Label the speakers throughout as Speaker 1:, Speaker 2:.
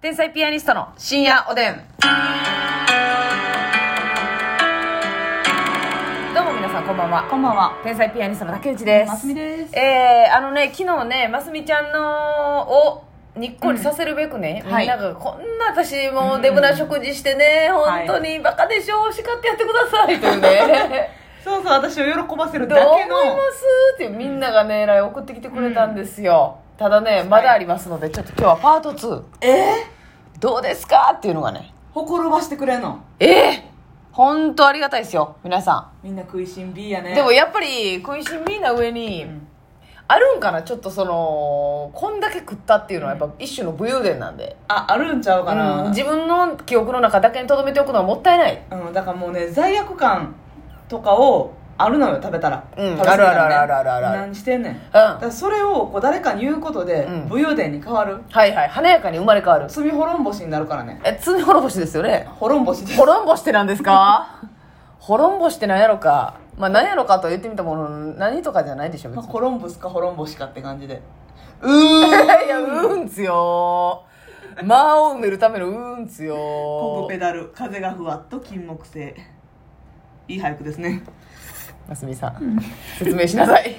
Speaker 1: 天才ピアニストの深夜おでん。どうも皆さんこんばんは。
Speaker 2: こんばんは。
Speaker 1: 天才ピアニストの竹内です。
Speaker 2: ますみです
Speaker 1: えー、あのね、昨日ね、ますみちゃんのを、にっこりさせるべくね、
Speaker 2: うんはい
Speaker 1: みんながこんな私もうデブな食事してね、
Speaker 2: はい
Speaker 1: 本当にバカでしょ、叱ってやってくださいと いうね。
Speaker 2: そうそう、私を喜ばせる
Speaker 1: ど
Speaker 2: だ
Speaker 1: う思い
Speaker 2: けの。
Speaker 1: ますってみんながね、来送ってきてくれたんですよ。ただね、まだありますので、ちょっと今日はパート2。
Speaker 2: え
Speaker 1: どうですかっていうのがね。
Speaker 2: ー、ほころばしてくれんの
Speaker 1: ええ本当ありがたいですよ、皆さ
Speaker 2: みんな食いしん B や
Speaker 1: ん。
Speaker 2: ね。
Speaker 1: でもやっぱり、食いしんーな上に、
Speaker 2: ん
Speaker 1: あるんかなちょっとその、こんだけ食ったっていうのはやっぱ一種の武勇伝なんで。
Speaker 2: あ、あるんちゃうかな。
Speaker 1: う
Speaker 2: うんん、
Speaker 1: 自分の記憶の中だけに留めておくのはもったいない。
Speaker 2: だからもうね、罪悪感とかを、あるのよ、食べたら。
Speaker 1: うん
Speaker 2: 食べ過ぎたらね
Speaker 1: あるあるあるあるある
Speaker 2: 何してんねん。だ
Speaker 1: うん。は
Speaker 2: からそれをこう誰かに言うことで、
Speaker 1: うん
Speaker 2: 武勇伝に変わる。
Speaker 1: いはい。華やかに生まれ変わる。
Speaker 2: 罪滅ぼしになるからね。
Speaker 1: え、罪滅ぼしですよね。
Speaker 2: 滅ぼしです。
Speaker 1: 滅ぼしって何ですか 滅ぼしって何やろか。まあ何やろかとは言ってみたものの、何とかじゃないでしょ、別
Speaker 2: まあ、
Speaker 1: に。
Speaker 2: コロンブスか滅ぼしかって感じで。
Speaker 1: う ーん。いや、うーんつよー。間を埋めるためのうーんつよ
Speaker 2: こぐ
Speaker 1: ー。
Speaker 2: ペダル、風がふわっと金木犀。いい俳句ですね。
Speaker 1: ますみさん、説明しなさ い。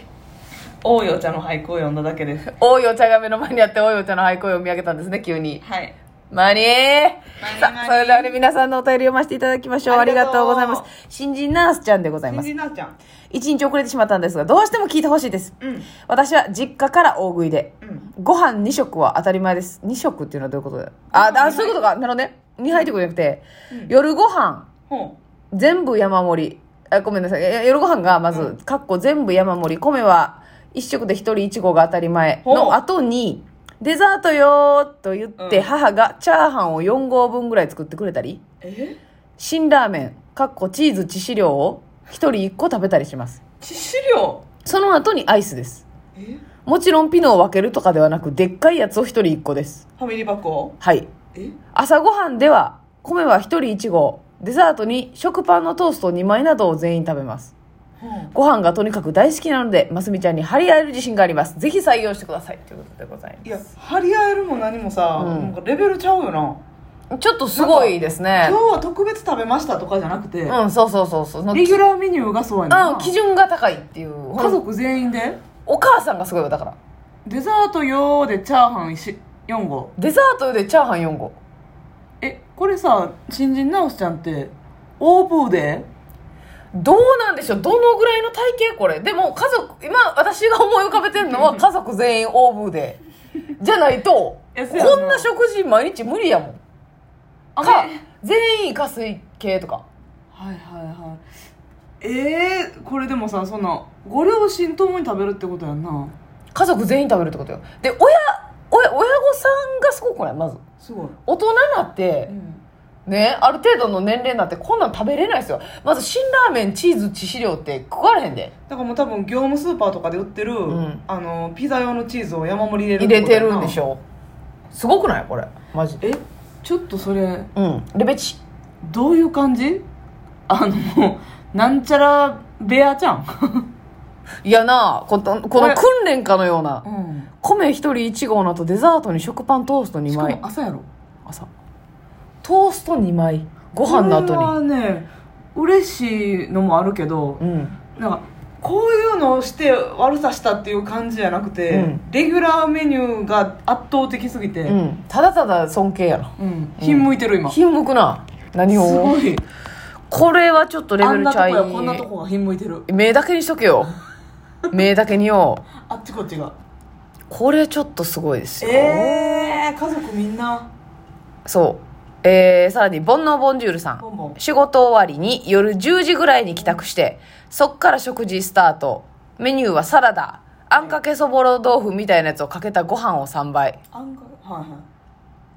Speaker 2: 多いお茶の俳句を読んだだけです。
Speaker 1: おいお茶が目の前にあって、おいお茶の俳句を読み上げたんですね、急に。
Speaker 2: はい。
Speaker 1: マニー
Speaker 2: マニー
Speaker 1: さ
Speaker 2: マ
Speaker 1: あ、
Speaker 2: ニ
Speaker 1: そ
Speaker 2: ー
Speaker 1: れではね、皆さんのお便りを読ませていただきましょう。あ
Speaker 2: あ
Speaker 1: り
Speaker 2: り
Speaker 1: が
Speaker 2: が
Speaker 1: と
Speaker 2: と
Speaker 1: う
Speaker 2: う
Speaker 1: ございます。新人ナースちゃんでござい
Speaker 2: 新
Speaker 1: ます。
Speaker 2: 人なーちゃん。
Speaker 1: 一日遅れてしまったんですが、どうしても聞いてほしいです。
Speaker 2: うん。
Speaker 1: 私は実家から大食いで、
Speaker 2: うん。
Speaker 1: ご飯2食は当たり前です。2食っていうのはどういうことだよあ、だ
Speaker 2: 二杯
Speaker 1: そういうことか。なので、2杯ってことじゃなくて、
Speaker 2: うん
Speaker 1: 夜ご飯
Speaker 2: ほ
Speaker 1: 全部山盛り。あごめんなさい。え夜ご飯がまず、
Speaker 2: うん
Speaker 1: かっこ全部山盛り。米は1食で1人1合が当たり前
Speaker 2: ほう
Speaker 1: の後に、デザートよーと言って、
Speaker 2: うん
Speaker 1: 母がチャーハンを4合分ぐらい作ってくれたり、
Speaker 2: う。え
Speaker 1: 辛ラーメン、かっこチーズ致死量を1人1個食べたりします。
Speaker 2: 致死量
Speaker 1: その後にアイスです。
Speaker 2: え
Speaker 1: もちろんピノを分けるとかではなく、でっかいやつを1人1個です。
Speaker 2: ファミリー箱
Speaker 1: はい。
Speaker 2: え
Speaker 1: 朝ごはんでは米は1人1合デザートに食パンのトースト2枚などを全員食べます
Speaker 2: ほう
Speaker 1: ご飯がとにかく大好きなのでますみちゃんに張り合える自信がありますぜひ採用してくださいということでござい
Speaker 2: いや、張り合えるも何もさ、
Speaker 1: うん
Speaker 2: なんかレベルちゃうよな。
Speaker 1: ますちょっとすごいですね
Speaker 2: 今日は特別食べましたとかじゃなくて、
Speaker 1: うんそうそうそうそうその
Speaker 2: レギュラーメニューがそうやねんな
Speaker 1: うん基準が高いっていう
Speaker 2: 家族全員で、
Speaker 1: お母さんがすごいわだから
Speaker 2: デザート用でチャーハンし4合。
Speaker 1: デザートでチャーハン4合
Speaker 2: え、これさ、新人直しちゃんって、オーブーで
Speaker 1: どうなんでしょうどのぐらいの体型これでも家族今私が思い浮かべてるのは家族全員オーブでじゃないと
Speaker 2: いやそうやな
Speaker 1: こんな食事毎日無理やもん
Speaker 2: あ
Speaker 1: か
Speaker 2: ね
Speaker 1: 全員イカ水系とか
Speaker 2: はいはいはい。えー、これでもさ、そんな、ご両親ともに食べるってことやんな。
Speaker 1: 家族全員食べるってことよで親親親御さんがすごくないまず
Speaker 2: すごい。
Speaker 1: 大人になってねある程度の年齢になってこんなん食べれないですよまず辛ラーメンチーズ致死量って食われへんで
Speaker 2: だからもう多分業務スーパーとかで売ってる、
Speaker 1: ん
Speaker 2: あのピザ用のチーズを山盛り入
Speaker 1: 入
Speaker 2: れる
Speaker 1: れてるんでし
Speaker 2: ょ
Speaker 1: ょすごくないこれマジで
Speaker 2: えちょっとそれ
Speaker 1: うんレベチ
Speaker 2: どういう感じあのもうなんちゃらベアちゃん、
Speaker 1: いやなあこのこ
Speaker 2: こ
Speaker 1: の
Speaker 2: れ
Speaker 1: 訓練かのような
Speaker 2: うん、
Speaker 1: 米1人1合の後デザートに食パントースト2
Speaker 2: しか
Speaker 1: 枚
Speaker 2: も朝やろ
Speaker 1: 朝トースト2枚ご飯の後に
Speaker 2: これはね嬉しいのもあるけど
Speaker 1: うん
Speaker 2: なんかこういうのをして悪さしたっていう感じじゃなくて、
Speaker 1: うん
Speaker 2: レギュラーメニューが圧倒的すぎて、
Speaker 1: う
Speaker 2: うん
Speaker 1: ん、ただただ尊敬やな
Speaker 2: ひんむいてる今す
Speaker 1: 品目な何を
Speaker 2: ごい
Speaker 1: これはちょっとレ
Speaker 2: あ
Speaker 1: ベ
Speaker 2: ん
Speaker 1: ル
Speaker 2: な
Speaker 1: ち
Speaker 2: とこ
Speaker 1: ゃい
Speaker 2: やこんなとこがひんむいてる
Speaker 1: 目だけにしとけ よ目だけによ
Speaker 2: あっちこっちが
Speaker 1: これちょっとすごいですよ、
Speaker 2: えー、家族みんな
Speaker 1: そうえー、さらに煩悩ボンジュールさん
Speaker 2: ボンボン
Speaker 1: 仕事終わりに夜10時ぐらいに帰宅してそっから食事スタートメニューはサラダあんかけそぼろ豆腐みたいなやつをかけたご飯を3杯
Speaker 2: あんかはいは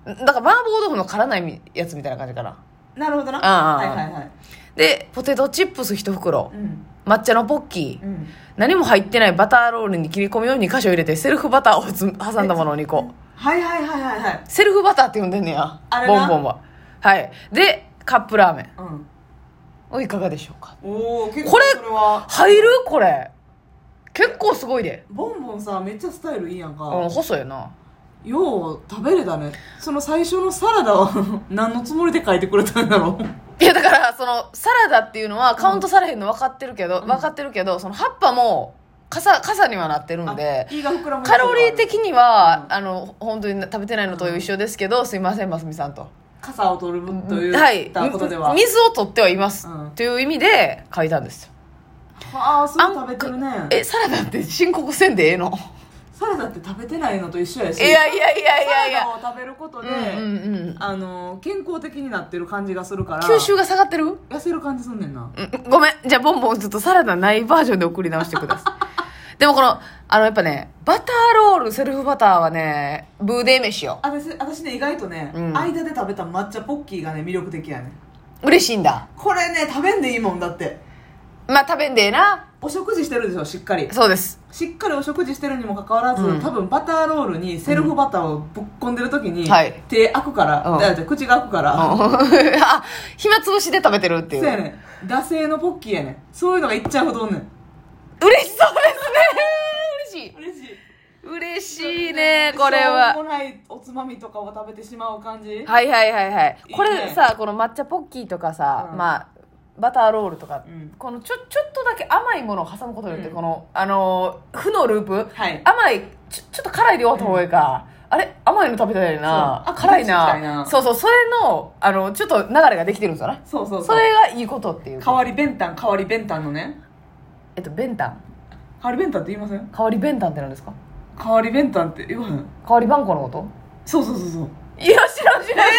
Speaker 1: だから麻婆豆腐の辛ないやつみたいな感じかない
Speaker 2: なるほどな
Speaker 1: ああ
Speaker 2: はいはいはい
Speaker 1: でポテトチップス1袋
Speaker 2: うん
Speaker 1: 抹茶のポッキー、
Speaker 2: うん
Speaker 1: 何も入ってないバターロールに切り込みを2箇所入れてセルフバターをつ挟んだものを2個
Speaker 2: はいはいはいはいはい
Speaker 1: セルフバターって呼んでんねや
Speaker 2: あれな
Speaker 1: ボンボンははいでカップラーメン
Speaker 2: うん
Speaker 1: おいかがでしょうか
Speaker 2: おお結構
Speaker 1: これ
Speaker 2: それは
Speaker 1: 入るこれ結構すごいで
Speaker 2: ボンボンさめっちゃスタイルいいやんか、
Speaker 1: うん細いよな
Speaker 2: よう食べれたねその最初のサラダは何のつもりで書いてくれたんだろう
Speaker 1: いやだからそのサラダっていうのはカウントされへんの分かってるけど、分かってるけどその葉っぱも傘傘にはなってるんで
Speaker 2: あ胃が膨らむ
Speaker 1: カロリー的には、
Speaker 2: うん
Speaker 1: あの本当に食べてないのと一緒ですけど、すいませんますみさんと
Speaker 2: 傘を取る分という
Speaker 1: はい
Speaker 2: たことでは、
Speaker 1: み水を取ってはいます、
Speaker 2: うん
Speaker 1: という意味で書いたんですよ
Speaker 2: ああすぐ食べてるね
Speaker 1: えサラダって申告せんでええの
Speaker 2: サラダって食べてないのと一緒やし
Speaker 1: いやいやいやいやい
Speaker 2: サ
Speaker 1: や
Speaker 2: ラダを食べること
Speaker 1: う
Speaker 2: で、
Speaker 1: んうんうん
Speaker 2: あの健康的になってる感じがするから
Speaker 1: 吸収が下がってる
Speaker 2: 痩せる感じすんねんな
Speaker 1: うんごめん。じゃあ、ボンボンちょっとサラダないバージョンで送り直してください。 でもこの、あの、やっぱね、バターロール、セルフバターはね、ブーデー飯よ。
Speaker 2: 私私ね意外とね、
Speaker 1: うん
Speaker 2: 間で食べた抹茶ポッキーがね魅力的やね
Speaker 1: 嬉しいんだ。
Speaker 2: これね食べんでいいもんだって
Speaker 1: まあ、食べんでええな。
Speaker 2: お食事してるでしょしっかり
Speaker 1: そうです。
Speaker 2: しっかりお食事してるにもかかわらず、
Speaker 1: うん
Speaker 2: 多分バターロールにセルフバターをぶっ込んでる時に、
Speaker 1: はい
Speaker 2: 手開くから、
Speaker 1: うん
Speaker 2: だから口が開くか
Speaker 1: うん
Speaker 2: ら、
Speaker 1: あ、暇つぶしで食べてるってい
Speaker 2: そうや
Speaker 1: う。
Speaker 2: ねん惰性のポッキーやねんそういうのがいっちゃうほどおんねん
Speaker 1: 嬉しそうですね。
Speaker 2: 嬉しい
Speaker 1: 嬉しい。嬉しいね、これは
Speaker 2: しょ。うもないおつまみとかを食べてしまう感 じ
Speaker 1: はいはいはいはい。こ
Speaker 2: いい
Speaker 1: れ
Speaker 2: ね
Speaker 1: さ、この抹茶ポッキーとかさ、
Speaker 2: うん
Speaker 1: まあ、バターロールとか、
Speaker 2: うん
Speaker 1: このちょ、ちょっとだけ甘いものを挟むことによって、
Speaker 2: うん
Speaker 1: この、あのー負のループ、
Speaker 2: はい
Speaker 1: 甘い、ちょ、ちょっと辛い量と方がいいか、あれ甘いの食べたいな。
Speaker 2: そう
Speaker 1: あ、辛い
Speaker 2: 食べていきたい
Speaker 1: な。
Speaker 2: な
Speaker 1: そうそう、それの、あの、ちょっと流れができてるんですよね。
Speaker 2: そうそうそう
Speaker 1: それがいいことっていう。
Speaker 2: 代わり弁当代わり弁当のね
Speaker 1: えっと、弁当。
Speaker 2: 代わり弁当って言いません
Speaker 1: 代わり弁当って何ですか
Speaker 2: 代わり弁当って言わへん
Speaker 1: 代わり番号のこと
Speaker 2: そうそうそうそう
Speaker 1: いや、知らん知らん知らん。代わ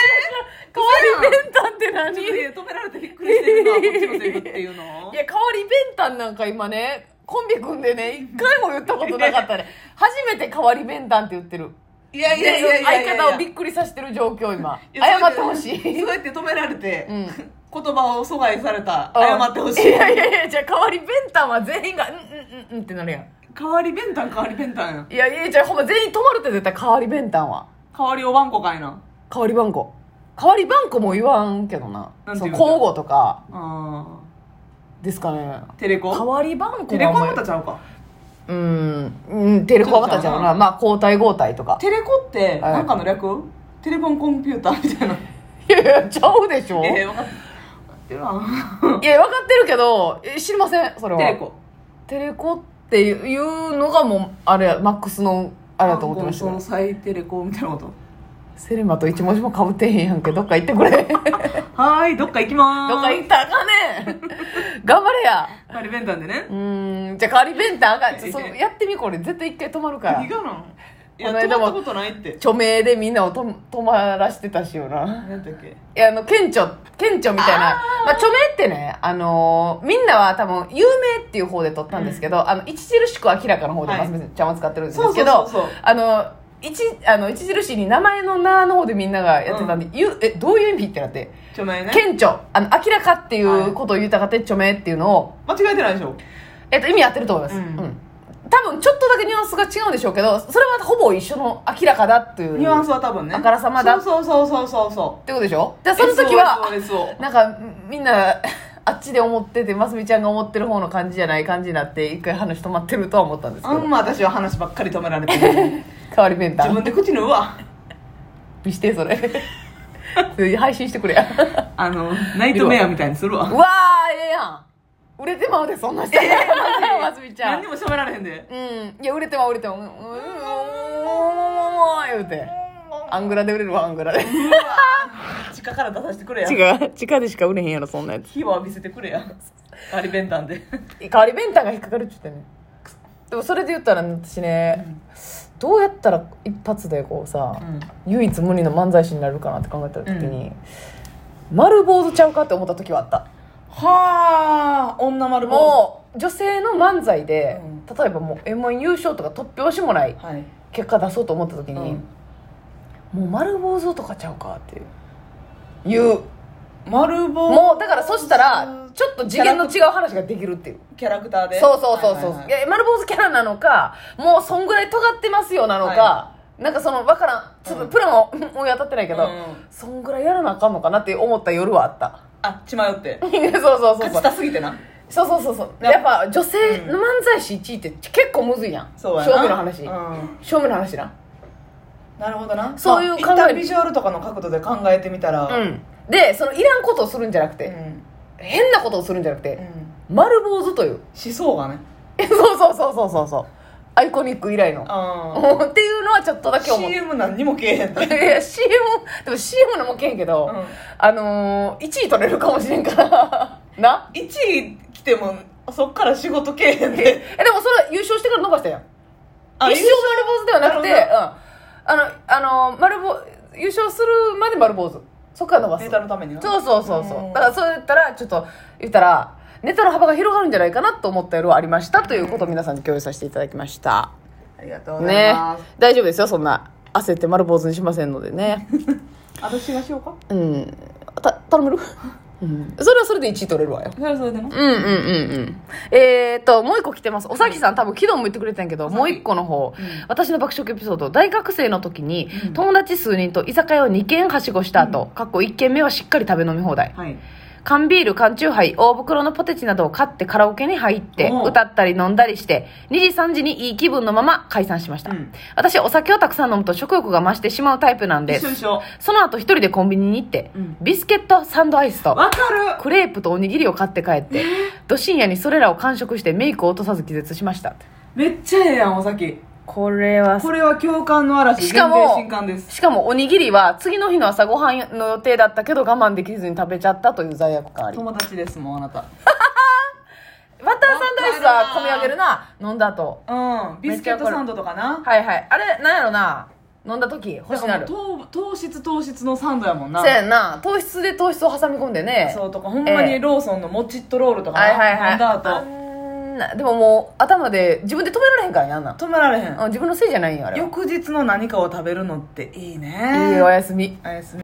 Speaker 1: り弁当って何
Speaker 2: ちょっとね止められてびっくりしてるなこっちのセリフっていうのを
Speaker 1: いや、代わり弁当なんか今ね、コンビ組んでね、一回も言ったことなかった ね。初めて代わり弁当って言ってる。
Speaker 2: いやいやいやいやいや
Speaker 1: 相方をびっくりさせてる状況今。
Speaker 2: いや
Speaker 1: 謝ってほし い。
Speaker 2: そうやって止められて、
Speaker 1: うん
Speaker 2: 言葉を阻害された
Speaker 1: うん
Speaker 2: 謝ってほしい
Speaker 1: いやいやいやじゃあ代わり弁当は全員がうんうんうんうんってなるやん
Speaker 2: 代わり弁当代わり弁当やん
Speaker 1: いやいやじゃあほんま全員泊まるって絶対代わり弁当は
Speaker 2: 代わりおばんこかいな
Speaker 1: 代わり番号代わり番号も言わんけどな
Speaker 2: なんて
Speaker 1: そ
Speaker 2: 言
Speaker 1: の
Speaker 2: うの
Speaker 1: 交互とか
Speaker 2: あ
Speaker 1: ですかね
Speaker 2: ーテレ
Speaker 1: 代
Speaker 2: コ
Speaker 1: わり番号
Speaker 2: テレ
Speaker 1: が
Speaker 2: コ
Speaker 1: も
Speaker 2: はま
Speaker 1: う
Speaker 2: たちゃうか
Speaker 1: うんうんテレコはまたちゃうなまあ交代交代とか
Speaker 2: テレコって
Speaker 1: はい
Speaker 2: なんかの略、テレフォンコンピューターみたいな
Speaker 1: いやいやちゃうでしょい
Speaker 2: え
Speaker 1: や
Speaker 2: え分かってるわ
Speaker 1: 分かってるけどえ知りませんそれは
Speaker 2: テレコ
Speaker 1: テレコっていうのがもうあれマックスのあれだと思ってましたけ
Speaker 2: そ
Speaker 1: ど
Speaker 2: の最テレコみたいなこと
Speaker 1: セレマと一文字もかぶってへんやんけどっか行ってく れ
Speaker 2: はーいどっか行きまーす
Speaker 1: どっか行ったらあかんねん頑張れや
Speaker 2: 代わり弁当でね
Speaker 1: うーんじゃあ代わり弁当あかんちょそのやってみこれ絶対一回止まるから
Speaker 2: 何がなんい
Speaker 1: こ
Speaker 2: や
Speaker 1: の
Speaker 2: 泊
Speaker 1: 間も
Speaker 2: まったことないって
Speaker 1: 著名でみんなをと止まらしてたしよな
Speaker 2: 何だっけ
Speaker 1: いやあの顕著顕著みたいなまあ、著名ってねあのーみんなは多分有名っていう方で取ったんですけど、あの著しく明らかな方で
Speaker 2: はい
Speaker 1: ますみちゃんは使ってるんです
Speaker 2: そうそ
Speaker 1: け
Speaker 2: うそう
Speaker 1: ど
Speaker 2: そう
Speaker 1: あの一あの著しいに名前の名の方でみんながやってたんで、ゆえどういう意味ってなって
Speaker 2: 著名ね
Speaker 1: 顕著あの明らかっていうことを言ったかって著名っていうのを
Speaker 2: 間違えてないでしょ
Speaker 1: えっと、意味合ってると思います、う
Speaker 2: うんん
Speaker 1: 多分ちょっとだけニュアンスが違うんでしょうけどそれはほぼ一緒の明らかだっていう
Speaker 2: ニュアン
Speaker 1: っ
Speaker 2: スは多分ね
Speaker 1: あからさまだ
Speaker 2: そうそうそうそうそうそ
Speaker 1: てことでしょで
Speaker 2: う
Speaker 1: その時は
Speaker 2: SOSO
Speaker 1: なんかみんな あっちで思っててますみちゃんが思ってる方の感じじゃない感じになって一回話止まってるとは思ったんですけ
Speaker 2: あ
Speaker 1: ど、
Speaker 2: んま私は話ばっかり止められてる
Speaker 1: 代わりメンタ
Speaker 2: 自分で口のうわ
Speaker 1: ーしてそ れそれ配信してくれや
Speaker 2: あのナイトメアみたいにするわ
Speaker 1: うわーええやん売れてまうでそんな人、え ますみちゃ
Speaker 2: 何
Speaker 1: ん
Speaker 2: にも喋られへんで
Speaker 1: うんいや売れてまう売れてまううんうんうんうんうんうんうん言うてアングラで売れるわアングラで
Speaker 2: うわ地下から出させてくれや
Speaker 1: 違う地下でしか売れへんやろそんなやつ
Speaker 2: 火を浴びせてくれやアリベンタンで
Speaker 1: 代わり弁当が引っかかるって言ってねでもそれで言ったら私ね、どうやったら一発でこうさ、唯一無二の漫才師になるかなって考えた時に、丸坊主ちゃうかって思った時はあった、
Speaker 2: はあ女丸坊
Speaker 1: もう女性の漫才で、
Speaker 2: う
Speaker 1: 例えばもう m 1優勝とか突拍子もない
Speaker 2: 主はい
Speaker 1: 結果出そうと思った時
Speaker 2: う
Speaker 1: に
Speaker 2: ん、
Speaker 1: もう丸坊主とかちゃうかっていういう
Speaker 2: 丸坊
Speaker 1: もうだからそしたらちょっと次元の違う話ができるっていう
Speaker 2: キャラクターで
Speaker 1: そうそうそうそう、
Speaker 2: はいいはい
Speaker 1: や丸坊主キャラなのかもうそんぐらい尖ってますよなのか、
Speaker 2: は
Speaker 1: なんかその分からんちょっと
Speaker 2: うん
Speaker 1: プランは うん思い当たってないけど、
Speaker 2: うん
Speaker 1: そんぐらいやらなあかんのかなって思った夜はあった
Speaker 2: あ血迷って
Speaker 1: そうそうそうそ
Speaker 2: 勝ち
Speaker 1: う
Speaker 2: たすぎてな
Speaker 1: そうそうそうそうやっぱ女性の漫才師1位って結構むずいやん
Speaker 2: そうやな
Speaker 1: 勝負の話、
Speaker 2: うん
Speaker 1: 勝負の話な
Speaker 2: なるほどな
Speaker 1: そういう考え
Speaker 2: まあ一旦ビジュアルとかの角度で考えてみたら
Speaker 1: う、ん、でそのいらんことをするんじゃなくて、
Speaker 2: うん
Speaker 1: 変なことをするんじゃなく
Speaker 2: うん
Speaker 1: て、丸坊主という
Speaker 2: 思想がね
Speaker 1: そうそうそうそうそうそうアイコニック以来の
Speaker 2: あ
Speaker 1: っていうのはちょっとだ
Speaker 2: あ
Speaker 1: け思っ
Speaker 2: CM 何にもけえへん
Speaker 1: た
Speaker 2: ね、
Speaker 1: いや CM でも CM のもけんけど、
Speaker 2: う、
Speaker 1: あのー、1位取れるかもしれんから なん
Speaker 2: 1位来てもそっから仕事けえへんで
Speaker 1: えでもそれ優勝してから伸ばしたやん
Speaker 2: あ
Speaker 1: 一生丸坊主ではなくて
Speaker 2: なる
Speaker 1: うん、あのあの丸坊優勝するまで丸坊主そっから伸ばす
Speaker 2: ネタのためにな
Speaker 1: そうそうそうそう
Speaker 2: うん
Speaker 1: だからそう言ったらちょっと言ったらネタの幅が広がるんじゃないかなと思った夜はありましたということを皆さんに共有させていただきました
Speaker 2: ありがとうござい
Speaker 1: ね
Speaker 2: ます、
Speaker 1: 大丈夫ですよそんな焦って丸坊主にしませんのでね
Speaker 2: 私がしようか
Speaker 1: うんた頼める、うん、それはそれで1位取れるわよ
Speaker 2: それはそれでな
Speaker 1: うんうんうんうんえー、ともう一個来てますおさきさん多分昨日も言ってくれてたんやけどもう一個の方、
Speaker 2: ん
Speaker 1: 私の爆食エピソード大学生の時に、
Speaker 2: うん
Speaker 1: 友達数人と居酒屋を2軒はしごした後、
Speaker 2: うん
Speaker 1: かっこ1軒目はしっかり食べ飲み放題
Speaker 2: はい
Speaker 1: 缶ビール缶チューハイ大袋のポテチなどを買ってカラオケに入って
Speaker 2: おう
Speaker 1: 歌ったり飲んだりして2時3時にいい気分のまま解散しました、
Speaker 2: うん
Speaker 1: 私お酒をたくさん飲むと食欲が増してしまうタイプなんで
Speaker 2: 一緒
Speaker 1: す
Speaker 2: 一緒
Speaker 1: その後一人でコンビニに行って、
Speaker 2: うん
Speaker 1: ビスケットサンドアイスと
Speaker 2: わかる
Speaker 1: クレープとおにぎりを買って帰って、ど深夜にそれらを完食してメイクを落とさず気絶しました
Speaker 2: めっちゃええやんお先
Speaker 1: これは
Speaker 2: これは共感の嵐
Speaker 1: しかも
Speaker 2: 全米新刊です
Speaker 1: しかもおにぎりは次の日の朝ごはんの予定だったけど我慢できずに食べちゃったという罪悪感あり
Speaker 2: 友達ですもんあなた
Speaker 1: バターサンドアイスは込み上げるな飲んだ後
Speaker 2: うんビスケットサンドとかな
Speaker 1: はいはいあれなんやろな飲んだ時欲しなる
Speaker 2: だからもう糖糖質糖質のサンドやもんな
Speaker 1: せやな糖質で糖質を挟み込んでね
Speaker 2: そうとかほんま
Speaker 1: ええ
Speaker 2: にローソンのもちっとロールとかな
Speaker 1: はいはいはい
Speaker 2: 飲んだ
Speaker 1: あ
Speaker 2: 後
Speaker 1: んなでももう頭で自分で止められへんからねあんなん
Speaker 2: 止められへん
Speaker 1: うん自分のせいじゃないんよあれは
Speaker 2: 翌日の何かを食べるのっていいね
Speaker 1: いいおやすみ
Speaker 2: おやすみ